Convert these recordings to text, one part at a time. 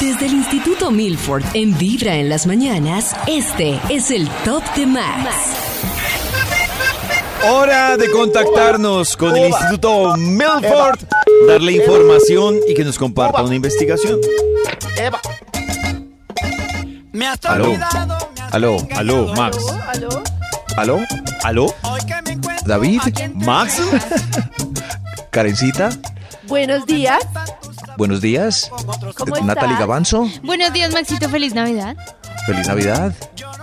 Desde el Instituto Milford en Vibra en las mañanas, este es el Top de Max. Hora de contactarnos con el Instituto Milford, darle información y que nos comparta una investigación. Eva. Me has Aló. olvidado, me has Aló, engañado. aló, Max. ¿Aló? ¿Aló? ¿Aló? Hoy que me encuentro ¿David? aquí en tu ¿Max? ¿Karencita? Buenos días. Buenos días. ¿Cómo Eh, Natalie estás? Gabanzo. Buenos días, Maxito. Feliz Navidad. Feliz Navidad.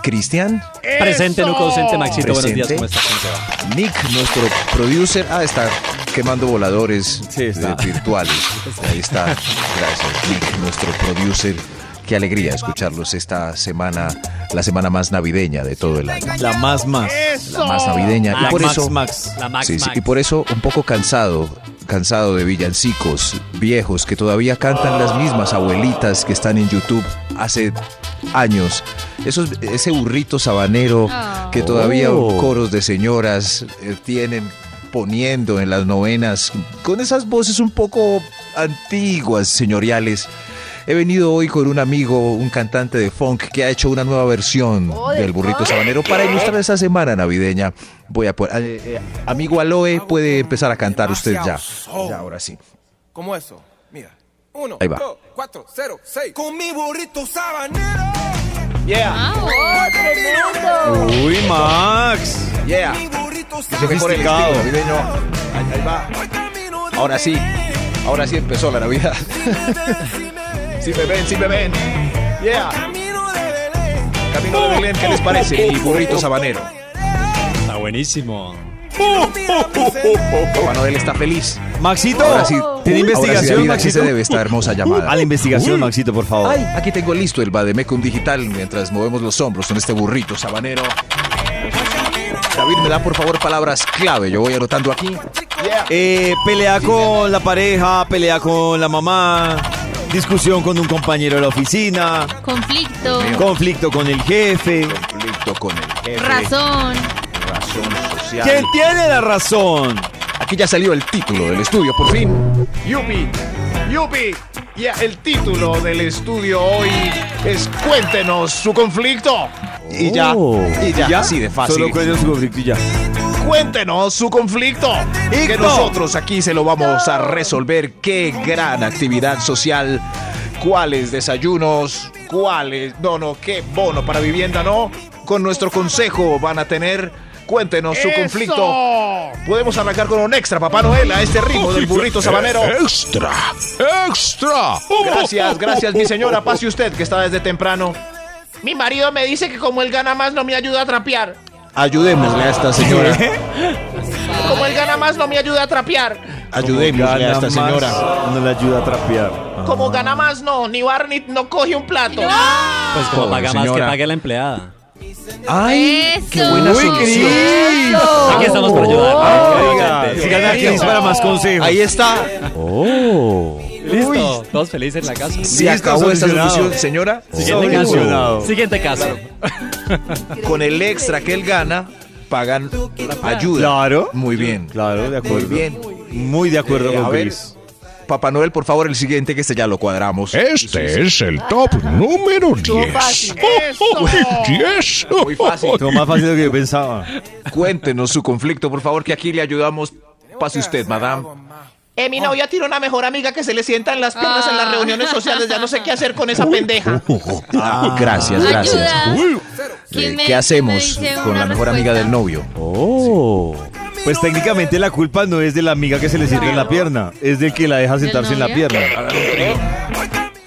Cristian. Presente, nunca ausente, Maxito. Buenos días, Presente. ¿cómo estás? ¿Cómo te va? Nick, nuestro producer. Ah, está quemando voladores Sí, está. eh, virtuales. Ahí está. Gracias, Nick, nuestro producer. Qué alegría escucharlos esta semana, la semana más navideña de todo el año. La más más. La más navideña. y Max, por Max, eso, Max. La Max, Sí, sí, Max. y por eso un poco cansado, cansado de villancicos viejos que todavía cantan las mismas abuelitas que están en YouTube hace años. Esos, ese burrito sabanero Ah. Oh. que todavía Oh. coros de señoras eh, tienen poniendo en las novenas con esas voces un poco antiguas, señoriales. He venido hoy con un amigo, un cantante de funk, que ha hecho una nueva versión Oh, de del burrito funk. sabanero para ilustrar esa semana navideña. Voy a poner. eh, eh, amigo Aloe, puede empezar a cantar usted ya. Ya, ahora sí. Como eso. Mira. Uno, Ahí va. dos, cuatro, cero, seis. Con mi burrito sabanero. Ah, ¡Oh, tremendo! Uy, Max. Yeah. Mi burrito Sofisticado. sabanero. Navideño. Ahí, ahí va. Voy camino de Ahora sí. Ahora sí empezó la Navidad. Belén, si me ves, Si me ven, si me ven. Yeah. Camino de Belén. Camino de Belén, ¿qué les parece? El burrito sabanero. Está buenísimo. Ilumina mi sendero. Papá Noel está feliz. Maxito. Ahora sí. ¿Tiene ahora sí, investigación, David, ¿a qué Maxito? se debe esta hermosa llamada? A la investigación, Uy. Maxito, por Oh. favor. Ay, aquí tengo listo el Bademecum digital mientras movemos los hombros con este burrito sabanero. David, me da por favor palabras clave. Yo voy anotando aquí. Eh, pelea con la pareja, pelea con la mamá, discusión con un compañero de la oficina, conflicto, conflicto con el jefe. Conflicto con el jefe, razón. razón social. ¿Quién tiene la razón? Aquí ya salió el título del estudio, por fin. Yupi, Yupi. Ya, el título del estudio hoy es Cuéntenos su conflicto. Y ya, Oh. y ya, así de fácil. Solo cuello su conflicto y ya. Cuéntenos su conflicto. que nosotros aquí se lo vamos a resolver. Qué gran actividad social. ¿Cuáles desayunos? ¿Cuáles? No, no, qué bono para vivienda, ¿no? Con nuestro consejo van a tener. Cuéntenos su conflicto. Podemos arrancar con un extra, Papá Noel, a este ritmo del burrito sabanero. Extra, extra. Gracias, gracias, mi señora. Pase usted que está desde temprano. Mi marido me dice que como él gana más no me ayuda a trapear. Ayudémosle a esta señora. Como él gana más no me ayuda a trapear. Ayudémosle a Gana esta más, señora. No le ayuda a trapear. Como gana más no, ni Barney no coge un plato. Pues como Pobre paga más que señora. pague la empleada. Ay, qué buena solución. Aquí estamos para ayudar. ¿no? Oiga, Oyente. si Oh. gana Cris para más consejos. Ahí está. Listo, todos felices en la casa. Se Listo, acabó esta solucionado. solución, señora. Siguiente Solucionado. caso. Siguiente caso. Con el extra que él gana, pagan ayuda. Claro. Muy bien. Claro, de Muy acuerdo. bien. Muy de acuerdo Eh, a con ver, Cris. Papá Noel, por favor, el siguiente que este ya lo cuadramos. Este es el top número 10. Oh, fácil. Yes. Muy fácil. Lo más fácil de lo que yo pensaba. Cuéntenos su conflicto, por favor, que aquí le ayudamos. Pase usted, madame. Eh, mi novia tiene una mejor amiga que se le sientan las piernas en Ah. las reuniones sociales. Ya no sé qué hacer con esa pendeja. Oh, Ah, gracias, gracias. Ayuda. Eh, ¿Quién me- ¿Qué hacemos me dice con una la mejor amiga respuesta? del novio? Oh. Pues técnicamente la culpa no es de la amiga que se le sienta en la pierna, es del que la deja sentarse en la novio? pierna.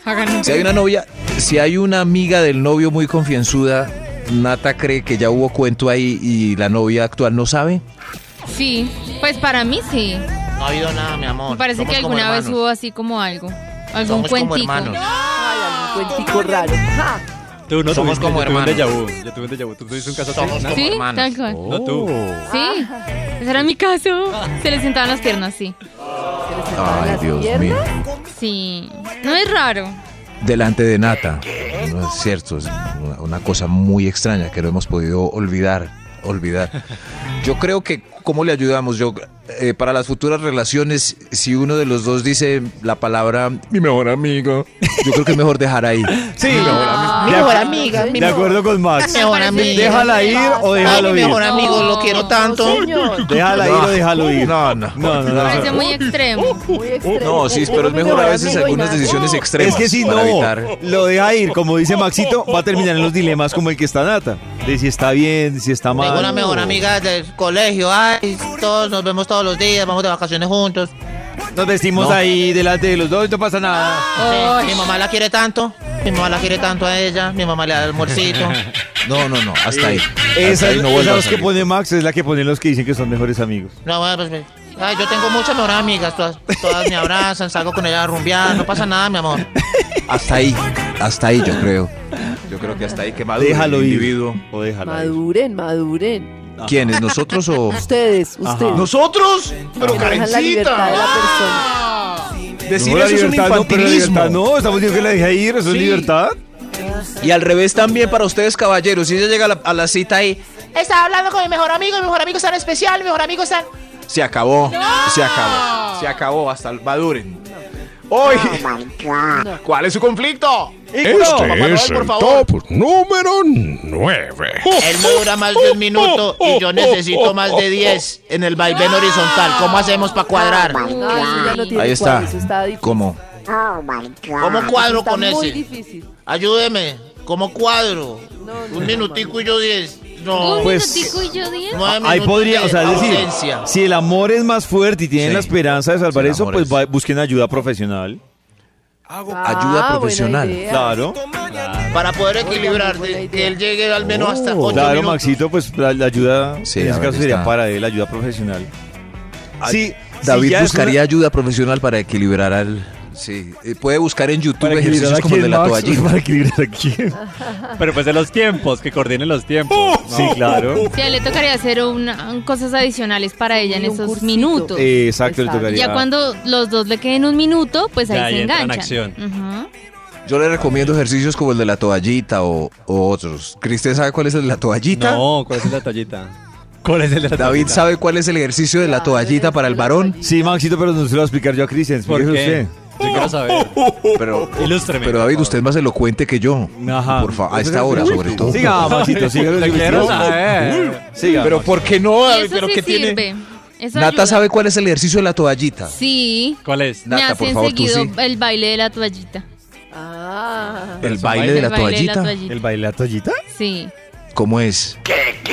Hagan un- Si hay una novia, si hay una amiga del novio muy confianzuda, Nata cree que ya hubo cuento ahí y la novia actual no sabe. Sí, pues para mí sí. No ha habido nada, mi amor. Me parece que alguna vez hubo así como algo. Algún cuentico. Ay, algún cuentico raro. Ja. Tú no Somos tuviste, como yo tuve un hermanos. déjà vu, Yo tuve un déjà vu. ¿Tú tuviste un caso Somos así? como Sí, hermanos. tal cual. No tú. Sí, ese era mi caso. Se le sentaban las piernas, sí. Ay, Dios mío. Sí. No es raro. Delante de Nata. No es cierto, es una, una cosa muy extraña que no hemos podido olvidar. Olvidar. Yo creo que, ¿cómo le ayudamos? Yo, eh, para las futuras relaciones, si uno de los dos dice la palabra mi mejor amigo, yo creo que es mejor dejar ahí. Sí. Mi De mejor acu- Ah, amiga. mi oh. De mejor- acuerdo con Max. Mejor Me parece amigo. bien. Déjala ir o déjalo mi ir. mejor amigo, lo quiero tanto. No, señor. Déjala ir o déjalo ir. No, no. No, no, Me no. parece muy extremo. Muy extremo. No, sí, Uno pero es mi mejor a mejor veces amigo y algunas nada. decisiones extremas. Es que si no para evitar- lo deja ir, como dice Maxito, va a terminar en los dilemas como el que está Nata. De si está bien, de si está mal. Tengo una mejor amiga del colegio. Ay, todos nos vemos todos los días, vamos de vacaciones juntos. Nos vestimos No. ahí delante de los dos y no pasa nada. Sí, Mi mamá la quiere tanto. Mi mamá la quiere tanto a ella. Mi mamá le da el almuercito. No, no, no, hasta ahí. Hasta Esa ahí es no vuelvo esa a voz que salir. pone Max, es la que ponen los que dicen que son mejores amigos. No, bueno, pues, pues, ay, yo tengo muchas mejores amigas. Todas, todas me abrazan, salgo con ella a rumbear. No pasa nada, mi amor. Hasta ahí, hasta ahí yo creo. Yo creo que hasta ahí que madure Déjalo el ir. individuo. O déjalo ir. Maduren, maduren. ¿Quiénes? ¿Nosotros o...? Ustedes, ustedes. ¿Nosotros? Pero Que no dejan la libertad de la persona. Decir No, la eso es un libertad no, pero la infantilismo. libertad no, estamos diciendo que la deja ir, eso Sí. es libertad. Y al revés también para ustedes, caballeros. Si ella llega a la, a la cita ahí, Estaba hablando con mi mejor amigo. Mi mejor amigo es tan especial. Mi mejor amigo es tan. se acabó, se acabó, se acabó, hasta el- maduren. Hoy. ¿Cuál es su conflicto? Este es el top número 9. Él me dura más de un minuto y yo necesito más de 10 en el vaivén horizontal. ¿Cómo hacemos para cuadrar? No, eso ya no tiene Ahí cuadro, está. Eso está difícil. ¿Cómo? ¿Cómo cuadro Está con muy ese? difícil. Ayúdeme. ¿Cómo cuadro? No, no, Un no, minutico y yo 10. Un No. Pues- minutico y yo diez. nueve Ah, Ahí minutos podría, de o sea, es decir, ausencia. si el amor es más fuerte y tienen Sí. la esperanza de salvar Si el eso, amor pues es- va- busquen ayuda profesional. Ah, Ayuda buena profesional. idea. Claro. Para poder equilibrar, buena de- idea. que él llegue al menos hasta Oh. 8 Claro, minutos. Maxito, pues la, la ayuda, Sí, en a ese ver, caso sería está. para él, ayuda profesional. Sí, David sí, ya es una- buscaría ayuda profesional para equilibrar al... Sí, eh, puede buscar en YouTube para ejercicios equilibrar como el de la aquí en Max, toallita. Para equilibrar aquí. Pero pues de los tiempos, que coordinen los tiempos. ¿no? Sí, claro. Sí, le tocaría hacer una- cosas adicionales para ella en Sí, un esos cursito. minutos. Eh, exacto, le Exacto. tocaría. Ya cuando los dos le queden un minuto, pues Ya, ahí ya se entra en enganchan. acción. Ujú. Yo le recomiendo ejercicios como el de la toallita o, o otros. ¿Cristian sabe cuál es el de la toallita? No, ¿cuál es el de la toallita? ¿Cuál es el de la David toallita? sabe cuál es el ejercicio de la Claro, toallita es para el de la varón, toallita. Sí, Maxito, pero no se lo voy a explicar yo a Cristian, ¿Por explíquese qué? usted. Yo quiero saber. pero Ilústreme. Pero David, usted es más elocuente que yo. Ajá. Por favor, a esta hora sobre todo. Siga, Maxito, siga. Lo quiero saber. Siga. Pero ¿por qué no? Y David? eso pero sí ¿qué sirve. tiene? Eso Nata ayuda. sabe cuál es el ejercicio de la toallita. Sí. ¿Cuál es? Me Nata, por hacen favor, tú seguido sí. el baile de la toallita. Ah. El baile de El la baile de la toallita. toallita. ¿El baile de la toallita? Sí. ¿Cómo es?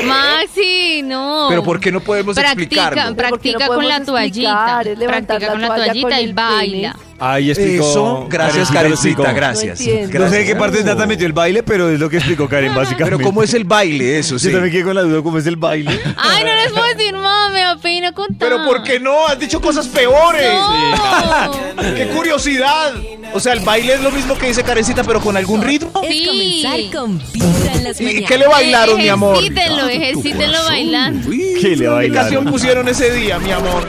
Maxi, no. Pero ¿por qué no podemos Practica, explicarlo? Porque no practica con la podemos toallita. explicar, es levantar Practica la con la toalla con toallita y el baila. Ahí explicó. Eso, gracias lo Karencita, explicó. gracias. No entiendo. No Gracias. sé de qué parte de Nata metió el baile, pero es lo que explicó Karen, básicamente. Pero ¿cómo es el baile? Eso sí. Yo también quedé con la duda cómo es el baile. Ay, no les puedo decir, mamá, me opino con Pero ¿por qué no? Has dicho cosas peores. No. ¡Qué curiosidad! O sea, el baile es lo mismo que dice Carecita, pero con algún ritmo. Sí. Es comenzar con Vibra en las ¿Y mañanas. qué le bailaron, mi amor? Ejercítenlo, ejercítenlo bailando. ¿Qué le ¿Qué canción bailaron? pusieron ese día, mi amor?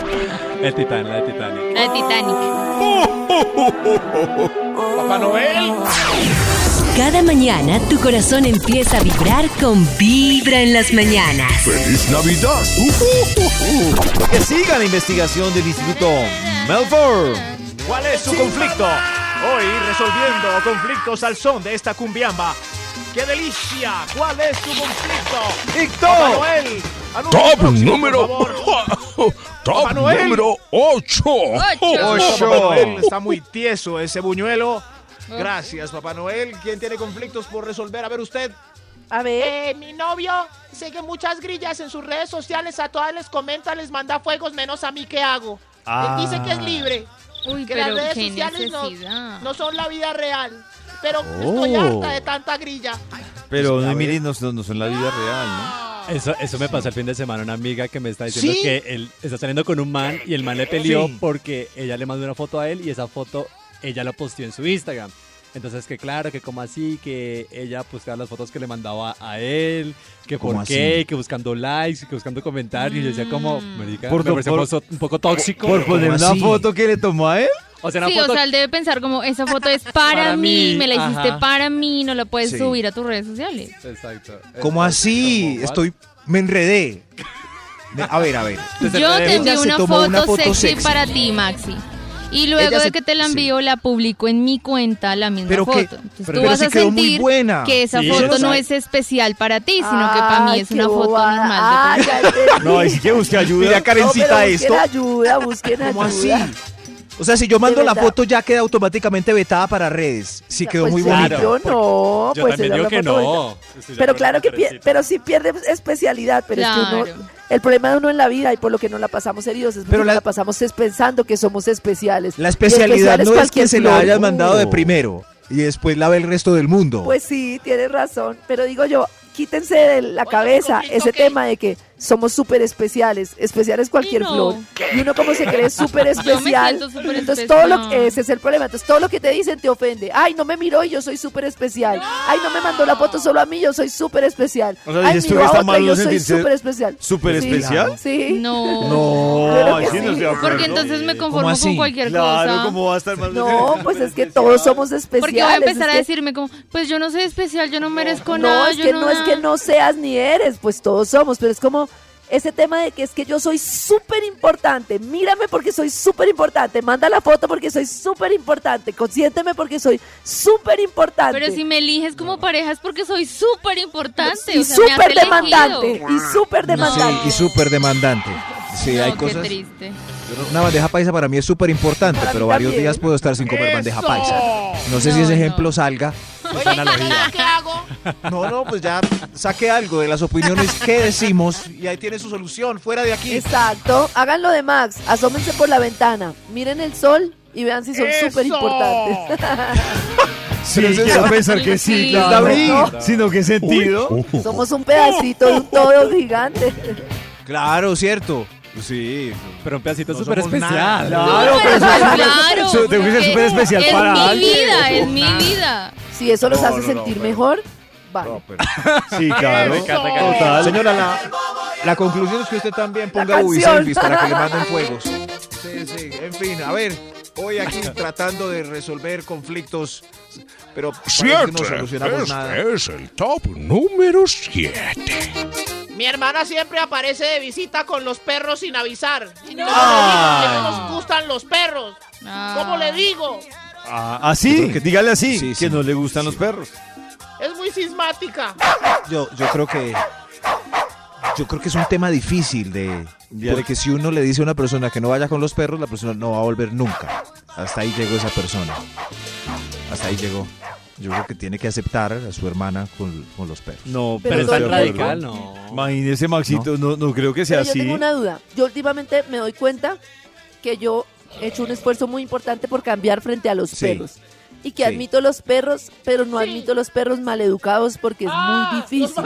El titán, la de Titanic. La Titanic. Papá Noel. Cada mañana tu corazón empieza a vibrar con Vibra en las mañanas. ¡Feliz Navidad! Que siga la investigación del Instituto Melford. ¿Cuál es su conflicto? Hoy resolviendo conflictos al son de esta cumbiamba. ¡Qué delicia! ¿Cuál es su conflicto? Papá ¡Icto! Noel. anuncia el Top próximo, número. por favor. Top Manuel. número 8. Papá Ocho. Noel, está muy tieso ese buñuelo. Gracias, Papá Noel. ¿Quién tiene conflictos por resolver? A ver usted. A ver. Eh, mi novio sigue muchas grillas en sus redes sociales, a todas les comenta, les manda fuegos, menos a mí, ¿qué hago? Ah. Él dice que es libre, Uy, que pero las redes qué sociales no, necesidad. no son la vida real, pero Oh. estoy harta de tanta grilla. Pero no, miren, no, no- no son la vida real, Eso, eso me pasó el fin de semana, una amiga que me está diciendo ¿Sí? que él está saliendo con un man y el man le peleó Sí. porque ella le mandó una foto a él y esa foto ella la posteó en su Instagram. Entonces que claro, que como así, que ella posteaba las fotos que le mandaba a él, que ¿Cómo por así? qué, que buscando likes, que buscando comentarios, y yo decía como, marica, Por me to- parecía por- un poco- un poco tóxico. Por poner una foto que le tomó a él. O sea, una Sí, o foto sea, él debe pensar como, esa foto es para, Para mí, mí, me la hiciste ajá. para mí, no la puedes Sí. subir a tus redes sociales. Exacto. ¿Cómo así? Estoy. Me enredé. Me- A ver, a ver. Yo te Ella envío se una tomó foto, sexy, para ti, Maxi. Y luego Ella de se- que te la envío, la publico en mi cuenta, la misma Pero que- foto. Entonces pero- tú pero vas sí a quedó muy sentir buena. que esa Sí, foto sí. no es especial para ti, sino que para mí es Ay, una qué foto bobada. normal. Ay, de- ya entendí. No, es que busque ayuda. Mira, No, Karencita, pero esto. Busquen ayuda, busquen ¿Cómo así? ayuda. O sea, si yo mando De la verdad. foto ya queda automáticamente vetada para redes. Sí quedó Pues muy sí, bonito. Yo no, Yo pues también era digo una que foto bonita. no. Estoy de Pero acuerdo claro con que pierde, Karencita. pero sí pierde especialidad, pero es que Claro. uno, el problema de uno en la vida y por lo que no la pasamos heridos es porque Pero no la- la... pasamos es pensando que somos especiales. La Y especialidad especial no es que cualquier se la flor. hayan mandado de Oh. primero y después la ve el resto del mundo. Pues sí, tienes razón, pero digo yo, quítense de la cabeza conflicto ese que- tema de que somos súper especiales, especiales cualquier Y no. flor. Y uno como se cree súper siento especial, súper entonces todo lo especial. que ese es el problema, entonces todo lo que te dicen te ofende. Ay, no me miró y yo soy súper especial. Ay, no me mandó la foto solo a mí, yo soy súper especial. O sea, Ay, dices tú miró que a está otra, mal yo no soy sentirse súper especial. ¿súper Sí, especial? Sí. No. Claro que así sí. estoy de acuerdo. Porque entonces me conformo así? con cualquier Claro, cosa. ¿cómo va a estar mal? No, pues es que todos somos especiales. Porque voy a empezar es a que- decirme como, pues yo no soy especial, yo no merezco no, nada. es yo que no, es nada". que no seas ni eres, pues todos somos, pero es como ese tema de que es que yo soy súper importante, mírame porque soy súper importante, manda la foto porque soy súper importante, consiénteme porque soy súper importante. Pero si me eliges como pareja es porque soy súper importante. y o sea, me has súper elegido. demandante, y súper sí, demandante. y súper demandante. Sí, No, hay qué cosas. triste. Una bandeja paisa para mí es súper importante, Para pero mí varios también. días puedo estar sin comer bandeja paisa. No sé si No, ese no. ejemplo salga. Oye, ¿y ¿qué hago? No, no, pues ya saque algo de las opiniones que decimos y ahí tiene su solución, fuera de aquí. Exacto, hagan lo de Max, asómense por la ventana, miren el sol y vean si son súper importantes. Sí, Pero eso quiero es- pensar que sí, Sí. claro. David. Sino que sentido. Somos un pedacito de un todo gigante. Claro, cierto. Sí. Pero un pedacito No súper somos nada. especial. Claro, pero Pues, eso es súper- claro, eso tengo que ser porque súper especial es para mi alguien. Pues, vida, es mi vida. Si eso los No, hace no, no, sentir pero- mejor, vale. Sí, claro. Me encanta, Karen. Total. Señora, la, la conclusión es que usted también ponga La Ubi canción. Selfies para que le manden fuegos. Sí, sí, en fin, a ver, hoy aquí tratando de resolver conflictos, pero parece que Siete. no solucionamos nada. Este es el top número 7. Mi hermana siempre aparece de visita con los perros sin avisar. Y no, Ah. le digo que no nos gustan los perros. Ah. ¿Cómo le digo? Ah, así, que- dígale así, Sí, sí. que no le gustan los perros. Es muy sismática. Yo, yo creo que yo creo que es un tema difícil de Ya porque si uno le dice a una persona que no vaya con los perros, la persona no va a volver nunca. Hasta ahí llegó esa persona. Hasta ahí llegó. Yo creo que tiene que aceptar a su hermana con, con los perros. No, Pero Pero todo tan el estoy de acuerdo. radical, no. Imagínese, Maxito, no, no creo que sea Pero yo así. tengo una duda. Yo últimamente me doy cuenta que yo he hecho un esfuerzo muy importante por cambiar frente a los Sí. perros. Y que Sí. admito los perros, pero no admito los perros maleducados porque es muy difícil.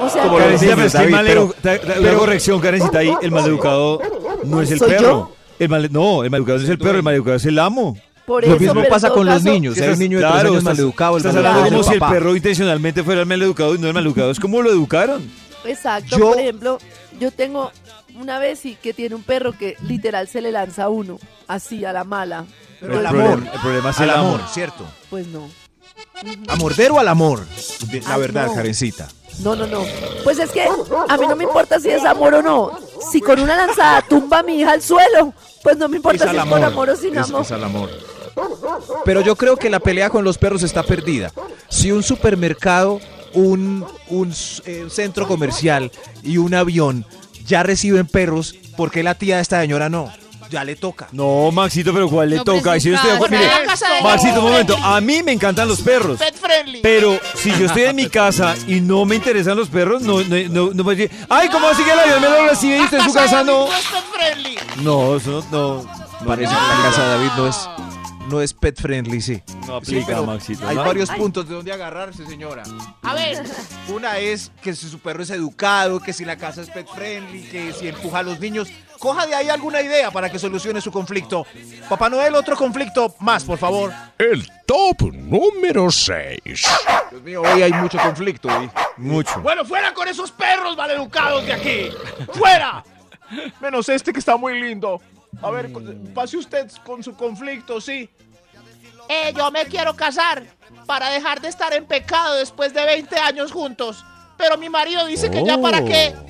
O sea, Como los que- Karencita, niños, pero es pues, que el David, maledu- pero- ta- ta- una pero- corrección, Karencita, ahí el maleducado no es el ¿Soy perro. yo? El male- no, el maleducado no es el perro, el maleducado es el amo. por Lo eso, mismo pero en pasa todo con los caso- niños. Si hay un Estás- niño de tres claro, años estás- maleducado, el Estás maleducado hablando como es si el el papá. perro intencionalmente fuera el maleducado y no el maleducado. Es como lo educaron. Exacto. Yo- Por ejemplo, yo tengo una vez y que tiene un perro que literal se le lanza a uno, así, a la mala. Pero al el, amor. problema, el problema es Al el amor, amor. cierto. Pues no. ¿A morder o al amor? De- La Al verdad, amor. Karencita. No, no, no. Pues es que a mí no me importa si es amor o no. Si con una lanzada tumba a mi hija al suelo, pues no Es me importa si al es con amor o sin Es- amor. es al amor. Pero yo creo que la pelea con los perros está perdida. Si un supermercado, un, un s- eh, un centro comercial y un avión ya reciben perros, ¿por qué la tía de esta señora no? Ya le toca. No, Maxito, pero ¿cuál le No, pero toca? es Ahí sí un yo estoy de caso. acuerdo. Mire, Porque la casa de- Maxito, un momento. A mí me encantan los perros. Pet friendly. Pero si yo estoy en mi casa y no me interesan los perros, no, no, no, no me decir, ay, ¿cómo así que el avión me lo recibe y usted en su casa de casa no? David es pet friendly. No, eso no. no. Parece que la casa de David no es. no es pet friendly, sí. No aplica, Sí, pero Maxito, Hay ¿no? varios Ay. puntos de donde agarrarse, señora. A ver. Una es que si su perro es educado, que si la casa es pet friendly, que si empuja a los niños. Coja de ahí alguna idea para que solucione su conflicto. Papá Noel, otro conflicto más, por favor. El top número 6. Dios mío, hoy hay mucho conflicto. ¿eh? hoy. Mucho. Bueno, fuera con esos perros maleducados de aquí. ¡Fuera! Menos este que está muy lindo. A ver, pase usted con su conflicto, sí. Eh, yo me quiero casar para dejar de estar en pecado después de 20 años juntos. Pero mi marido dice que ya para qué. Oh.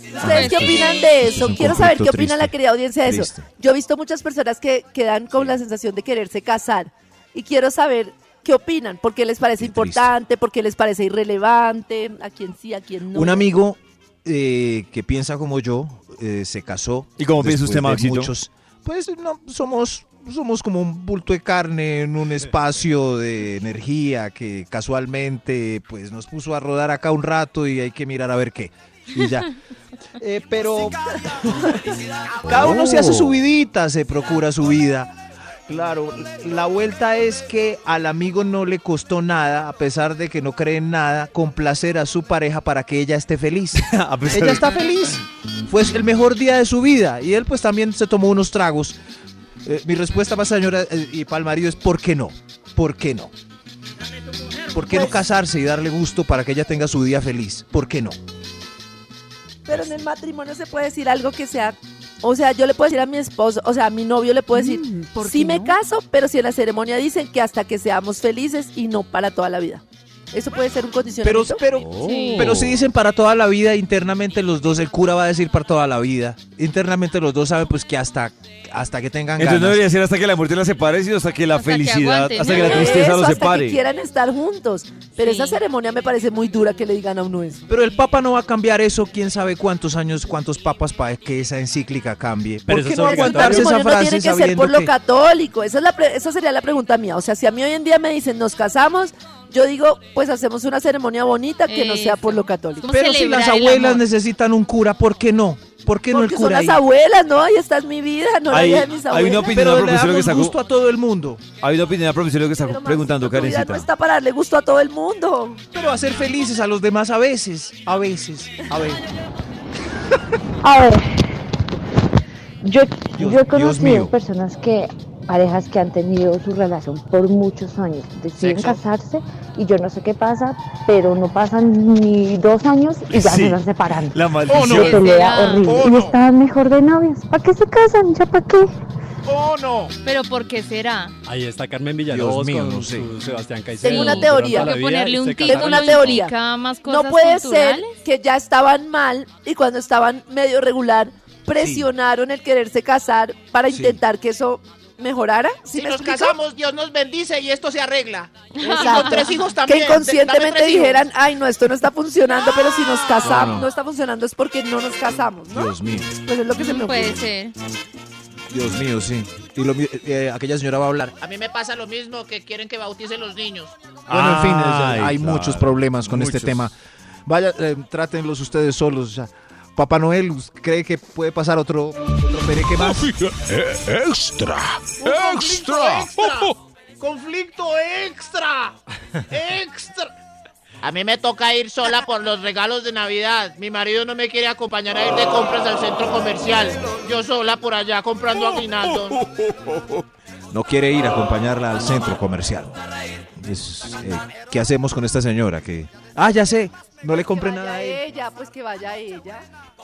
¿Ustedes qué opinan de eso? Quiero saber qué opina la querida audiencia de eso. triste. Yo he visto muchas personas que quedan con la sensación de quererse casar y quiero saber qué opinan, por qué les parece importante, por qué les parece irrelevante, a quién sí, a quién no. Un amigo eh, que piensa como yo eh, se casó. ¿Y cómo piensa después usted, de Maxito? muchos- pues no, somos, somos como un bulto de carne en un espacio de energía que casualmente pues, nos puso a rodar acá un rato y hay que mirar a ver qué. Y ya. Eh, pero Cada uno se hace Oh. su vidita, se procura su vida. Claro, la vuelta es que al amigo no le costó nada, a pesar de que no cree en nada, complacer a su pareja para que ella esté feliz. pesar ella de- está feliz. Fue el mejor día de su vida y él pues también se tomó unos tragos. Eh, mi respuesta para señora eh, y para el marido es ¿por qué no? ¿Por qué no? ¿Por qué no casarse y darle gusto para que ella tenga su día feliz? ¿Por qué no? Pero en el matrimonio se puede decir algo que sea. O sea, yo le puedo decir a mi esposo, o sea, a mi novio le puedo decir, sí me caso, pero si en la ceremonia dicen que hasta que seamos felices y no para toda la vida. Eso puede ser un Pero, condicionamiento. pero, pero si dicen para toda la vida, internamente los dos, el cura va a decir para toda la vida. Internamente los dos saben pues que hasta, hasta que tengan Entonces no ganas. debería ser hasta que la muerte la separe, sino hasta que la que felicidad, aguanten. hasta que la Eso, este tristeza los Hasta que separe. quieran estar juntos. Pero esa ceremonia me parece muy dura que le digan a uno eso. Pero el Papa no va a cambiar eso, quién sabe cuántos años, cuántos papas para que esa encíclica cambie. ¿Por ¿Por qué qué no aguantarse matrimonio esa no frase tiene que ser sabiendo por lo que- católico. Esa, es la pre- esa sería la pregunta mía. O sea, si a mí hoy en día me dicen nos casamos, yo digo, pues hacemos una ceremonia bonita que no sea por lo católico. Pero si las abuelas necesitan un cura, ¿por qué no? ¿Por qué no el Porque son cura las ahí? abuelas, ¿no? Ahí está es mi vida, no la Hay- vida de mis hay una abuelas. opinión al Pero le profesor que damos sacó- gusto a todo el mundo. Hay una opinión del profesor que está preguntando, a tu vida, no Karencita. está para darle gusto a todo el mundo. Pero hacer felices a los demás a veces, a veces, a ver. A ver, yo, yo he mío. conocido personas que, parejas que han tenido su relación por muchos años, deciden Sexo. casarse y yo no sé qué pasa, pero no pasan ni dos años y ya Sí. se van separando. La Oh, maldición. Se pelea Ah. horrible. Oh, Y estaban mejor de novios. ¿Para qué se casan? ¿Ya para qué? ¡Oh, no! ¿Pero por qué será? Ahí está Carmen Villalobos mío, con no su Sebastián Caicedo. Tengo una Durante teoría. la vida se Tengo casaron una y- teoría. más cosas No puede ser culturales? que ya estaban mal y cuando estaban medio regular presionaron el quererse casar para intentar que eso mejorara. ¿Sí Si me nos explico? casamos, Dios nos bendice y esto se arregla. Y Exacto. con tres hijos también. Que de- dame inconscientemente tres hijos. dijeran, ay, no, esto no está funcionando, pero si nos No, casamos, no. no está funcionando es porque no nos casamos, ¿no? Dios mío. Pues es lo que se me Puede ocurre. ser. Dios mío, sí. Y lo mío- eh, aquella señora va a hablar. A mí me pasa lo mismo que quieren que bautice los niños. Bueno, en fin, es- Ay, hay claro, muchos problemas con muchos. este tema. Vaya, eh, trátenlos ustedes solos. o sea, Papá Noel, ¿cree que puede pasar otro, otro pereque más? Extra. Extra. ¡Conflicto extra! ¡Extra! A mí me toca ir sola por los regalos de Navidad. Mi marido no me quiere acompañar a ir de compras al centro comercial. Yo sola por allá comprando aguinaldo. No quiere ir a acompañarla al centro comercial. Es, eh, ¿Qué hacemos con esta señora? Que ah, ya sé, no le compre nada, a él, ella, pues que vaya ella.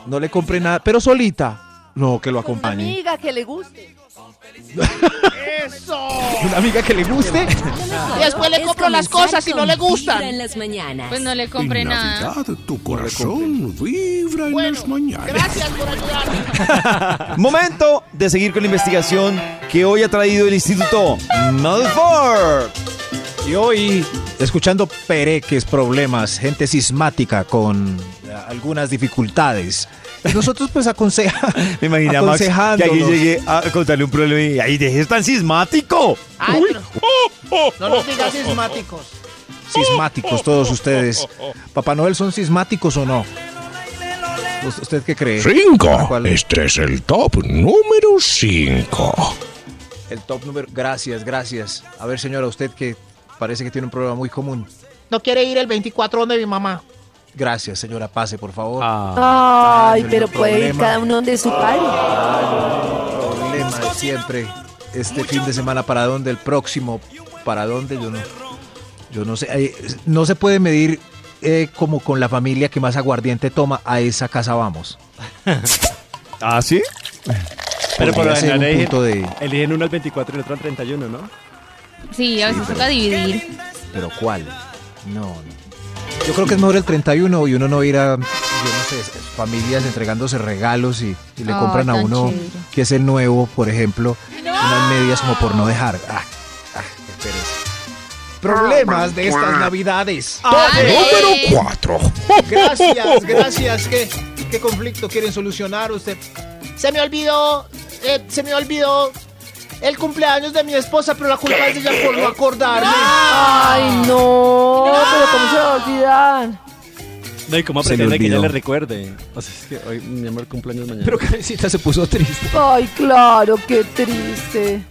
no le compre nada, pero solita. No, que lo acompañe. Amiga, que le guste. ¡Eso! Una amiga que le guste. Y después le Es compro las comenzar cosas y no con le Vibra en gustan. las mañanas. Pues no le compré En nada. Navidad, tu corazón vibra en las mañanas. Gracias por ayudarme. Momento de seguir con la investigación que hoy ha traído el Instituto Malford. Y hoy, escuchando pereques, problemas, gente sismática con eh, algunas dificultades. Y nosotros pues aconseja, Me imaginé a Max que aquí Aconsejándonos. llegué a contarle un problema y ahí dejé es tan sismático. Ay, pero- no nos digas sismáticos. sismáticos todos ustedes. ¿Papá Noel son sismáticos o no? ¿Us- ¿Usted qué cree? ¿Para 5. cuál? Este es el top número 5. El top número. Gracias, gracias. A ver, señora, usted que parece que tiene un problema muy común. No quiere ir el 24 donde mi mamá. Gracias, señora, pase, por favor. Ay, el pero puede ir problema. cada uno de su padre. problema de siempre. Este fin de semana, ¿para dónde? El próximo, ¿para dónde? Yo no, yo no sé. Eh, no se puede medir eh, como con la familia que más aguardiente toma. A esa casa vamos. ¿Ah, sí? Pero por lo Podría ser general un eligen, punto de- eligen uno al 24 y el otro al 31, ¿no? Sí, a veces toca dividir. ¿Pero cuál? No, no. Yo creo que es mejor el 31 y uno no ir a, yo no sé, familias entregándose regalos y, y le Ah, Ay, compran a tan uno chévere. que es el nuevo, por ejemplo, unas medias como por no dejar. Ah, ah, qué pereza. Problemas de estas navidades. Ah, eh. Número 4. Gracias, gracias. ¿Qué, qué conflicto quieren solucionar usted? Se me olvidó, eh, se me olvidó el cumpleaños de mi esposa, pero la culpa es de ella por no acordarme. Ay, no, pero ¿cómo se va a olvidar? No, y cómo Se le pretende que ella olvidó. le recuerde. O sea, es que hoy mi amor cumpleaños mañana. Pero Karencita se puso triste. Ay, claro, qué triste.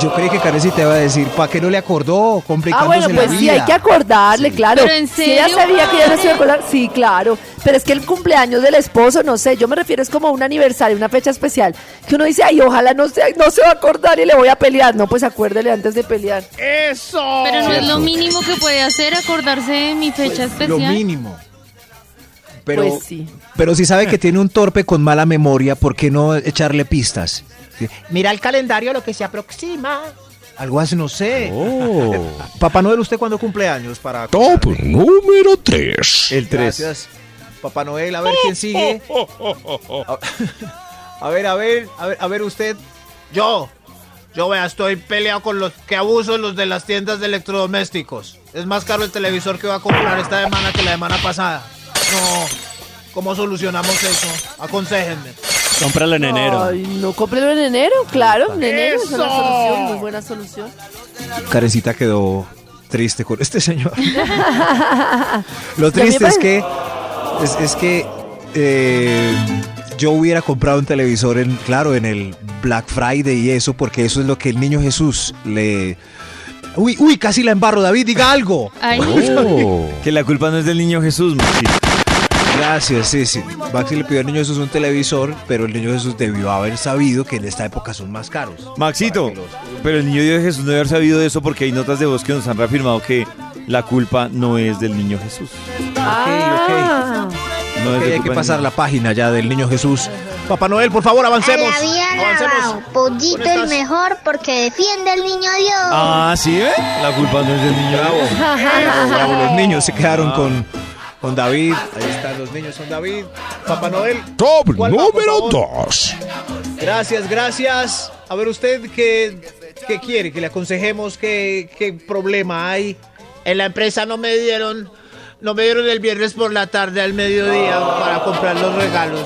Yo creí que Karencita iba a decir, ¿para qué no le acordó? Ah, Complicándose bueno, pues la vida. sí, hay que acordarle, claro. Pero en Si ella serio, sabía que ya no se iba a madre. acordar, sí, claro. Pero es que el cumpleaños del esposo, no sé, yo me refiero es como un aniversario, una fecha especial, que uno dice, ay, ojalá no se, no se va a acordar y le voy a pelear. No, pues acuérdele antes de pelear. ¡Eso! Pero no es Cierto. lo mínimo que puede hacer acordarse de mi fecha lo especial. mínimo. Pero, Pues sí. pero si sabe que tiene un torpe con mala memoria, ¿por qué no echarle pistas? Sí, Mira el calendario lo que se aproxima. Algo así, no sé. Papá Noel, ¿usted cuándo cumple años? Para Top número 3. El 3. Gracias. Papá Noel, a ver quién sigue. A ver, a ver, a ver, a ver usted. Yo, yo vea, estoy peleado con los que abuso los de las tiendas de electrodomésticos. Es más caro el televisor que va a comprar esta semana que la semana pasada. No, ¿cómo solucionamos eso? Aconséjenme. Cómpralo en enero. Ay, no, cómprelo en enero, claro, en enero es una solución, muy buena solución. Carecita quedó triste con este señor. Lo Ya me triste es parece- que es, es que eh, yo hubiera comprado un televisor en claro en el Black Friday y eso porque eso es lo que el niño Jesús le Uy, uy, casi la embarro, David, diga algo. Ay, Que la culpa no es del niño Jesús, Maxi. Gracias, sí, sí. Maxi le pidió al niño Jesús un televisor, pero el niño Jesús debió haber sabido que en esta época son más caros. Maxito, pero el niño de Jesús no debe haber sabido de eso porque hay notas de voz que nos han reafirmado que la culpa no es del niño Jesús. Ah, No es Ok, de hay culpa que del pasar niño. la página ya del niño Jesús. Papá Noel, por favor, avancemos. A la vida avancemos. lavado, pollito Buenas el tardes. mejor porque defiende al niño Dios. Ah, ¿sí ven? La culpa no es del niño Bravo. Bravo, los niños se quedaron con, con David. Ahí están los niños, son David. Papá Noel. Top ¿Cuál va, por número favor? 2. Gracias, gracias. A ver, usted qué, qué quiere, que le aconsejemos qué, qué problema hay. En la empresa no me dieron, no me dieron el viernes por la tarde al mediodía para comprar los regalos.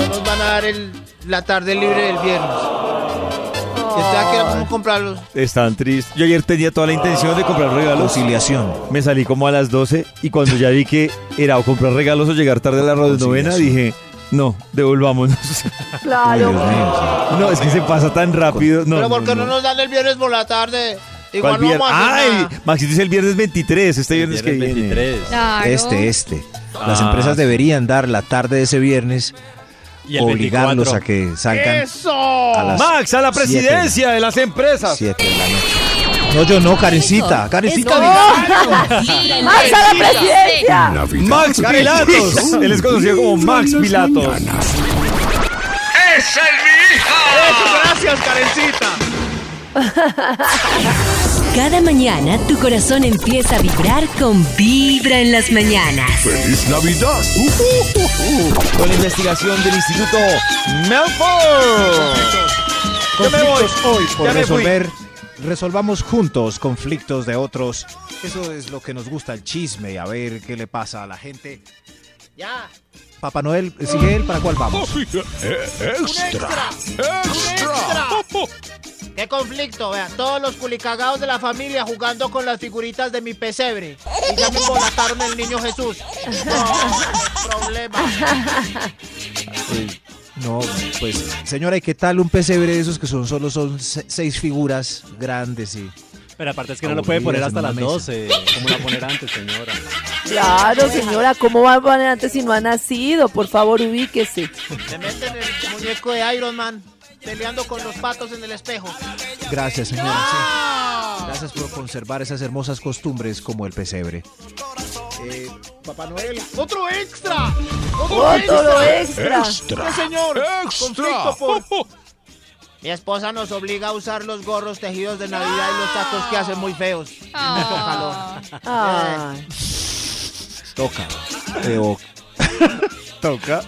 No nos van a dar el- la tarde libre del viernes. Y entonces, ¿a qué hora podemos comprarlos? Están tristes. Yo ayer tenía toda la intención de comprar regalos. Conciliación. Me salí como a las 12 y cuando ya vi que era o comprar regalos o llegar tarde a la radio novena, dije, no, devolvámonos. Ah, claro. No, es que se pasa tan rápido. No, Pero ¿por qué no, no no. nos dan el viernes por la tarde? ¿Cuál Igual no vier- vamos a hacer ¡Ay! nada. Maxito dice el viernes 23, este viernes, Viernes que viene. 23. Claro. Este, este. Las Ah, empresas sí. deberían dar la tarde de ese viernes, Y el obligarlos 24. a que salgan a las Max, a la siete. presidencia de las empresas. 7 de la noche. No, yo no, Karencita. Karencita, Eso. diga algo. ¡Más a la presidencia! Navidad. Max Pilatos. Son Él es conocido como Max las Pilatos. mañanas. Gracias, Karencita. Cada mañana tu corazón empieza a vibrar con Vibra en las mañanas. ¡Feliz Navidad! Con la investigación del Instituto Melford. Yo me voy. Conflictos hoy por Ya me fui. resolver. Resolvamos juntos conflictos de otros. Eso es lo que nos gusta, el chisme, a ver qué le pasa a la gente. Ya. Papá Noel, sigue él, ¿para cuál vamos? ¡Extra! ¡Qué conflicto! Vean, todos los culicagados de la familia jugando con las figuritas de mi pesebre. Y ya me embolataron el niño Jesús. No, problema. No, pues, señora, ¿y qué tal un pesebre de esos que son solo son se- seis figuras grandes y. Pero aparte es que no lo puede poner Aburridas hasta en una las mesa. 12. ¿Cómo lo va a poner antes, señora? Claro, señora, ¿cómo va a poner antes si no ha nacido? Por favor, ubíquese. Se meten el muñeco de Iron Man peleando con los patos en el espejo. Ah. Gracias, señora. sí. Gracias por conservar esas hermosas costumbres como el pesebre. Eh, Papá Noel. ¡Otro extra! ¡Otro, ¡Otro extra! extra! Extra. No, señor! Extra. Conflicto por- Mi esposa nos obliga a usar los gorros tejidos de Navidad y los tacos que hacen muy feos. Y mucho calor. Ah. Ay. Toca. Eh, o- Toca.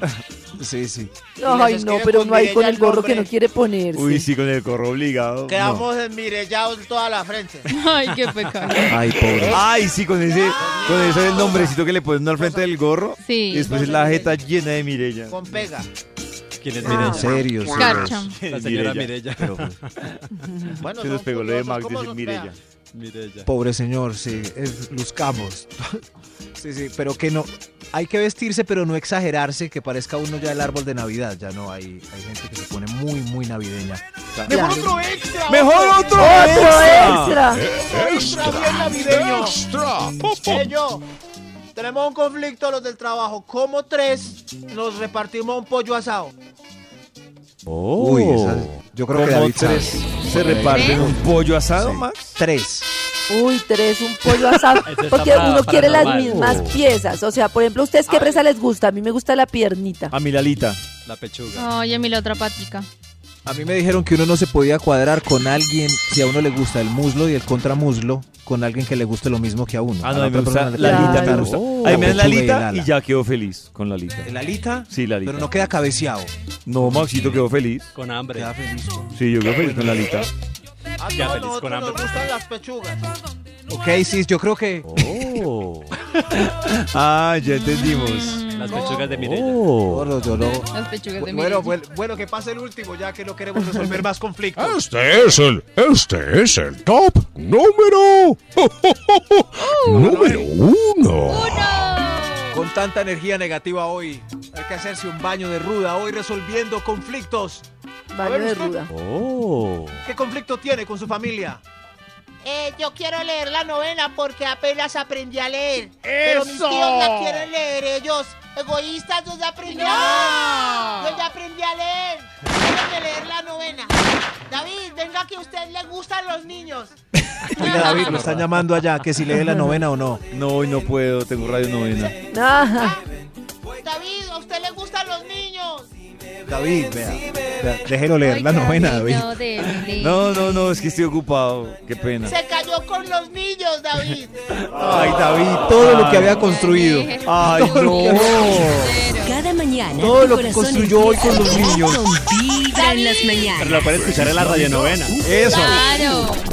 Sí, sí. Ay, no, pero no hay con el gorro que no quiere ponerse. Uy, sí, con el corro obligado. No. Quedamos enmirellados toda la frente. Ay, qué pecado. Ay, pobre. Ay, sí, con ese, con eso el nombrecito que le ponen al frente del gorro. Sí. Y después es la jeta llena de Mirella. Con pega. ¿Quién es Mirella? En serio, Ah. sí, pues, Garcha. es- La señora Mirella. Pero, Bueno, se nos son pegó lo de Max, curiosos, dice ¿cómo Mirella. Mirella. Pobre señor, sí. es- luzcamos. Sí, sí, pero que no. Hay que vestirse, pero no exagerarse, que parezca uno ya el árbol de Navidad. Ya no, hay, hay gente que se pone muy, muy navideña. ¡Mejor otro extra! ¡Mejor otro extra! ¡Extra bien navideño! Eh, yo, tenemos un conflicto los del trabajo. Como tres nos repartimos un pollo asado. Oh. Uy, esa- yo creo que ¿Cómo David sabe. tres se reparten un pollo asado, Max? Tres. Uy, tres, un pollo asado. Eso está Porque para- uno para quiere las normal. mismas Oh. piezas. O sea, por ejemplo, ¿ustedes qué presa les gusta? A mí me gusta la piernita. A mi Lalita. La pechuga. Ay, a mí la otra patica. A mí me dijeron que uno no se podía cuadrar con alguien si a uno le gusta el muslo y el contramuslo con alguien que le guste lo mismo que a uno. Ah, A no, la a mí me otra gusta persona le Lalita, puede me gusta. gustar oh, Ahí me dan pechuga y el Lalita ala. y ya quedo feliz con Lalita. ¿El alita? Sí, Lalita. Pero no queda cabeceado. No, Maxito quedó feliz. Con hambre. Queda feliz. Sí, yo quedo feliz con Lalita. A Ya todos feliz, nosotros con hambre. nos gustan las pechugas. Ok, sí, yo creo que. Oh. Ah, ya entendimos. Las pechugas de Mirella. Oh. No, yo no- Las pechugas de Bueno, Mirella. bueno, bueno, que pase el último, ya que no queremos resolver más conflictos. Este es el, este es el top número, Oh. número uno. Ah. Con tanta energía negativa hoy, hay que hacerse un baño de ruda hoy resolviendo conflictos. Baño ver, de usted. ruda. Oh. ¿Qué conflicto tiene con su familia? Eh, yo quiero leer la novela porque apenas aprendí a leer. Pero mis ¡Eso! tíos la quieren leer ellos. Egoístas, yo ya aprendí a leer. Yo ya aprendí a leer. Tengo que leer la novela. David, venga que a usted le gustan los niños. Oiga, David, lo están llamando allá, que si lee la novena o no. No, hoy no puedo, tengo radio novena. Ah, David, a usted le gustan los niños. David, vea. vea, déjelo leer pues, la novena, David. No, no, no, es que estoy ocupado. Qué pena. Se cayó con los niños, David. Ay, David, todo lo que había construido. Ay, Todo lo que había- Cada mañana Todo tu lo que corazón construyó hoy con los niños. empieza con vibra en las mañanas. Pero lo pueden escuchar en la radionovena. Eso. Claro.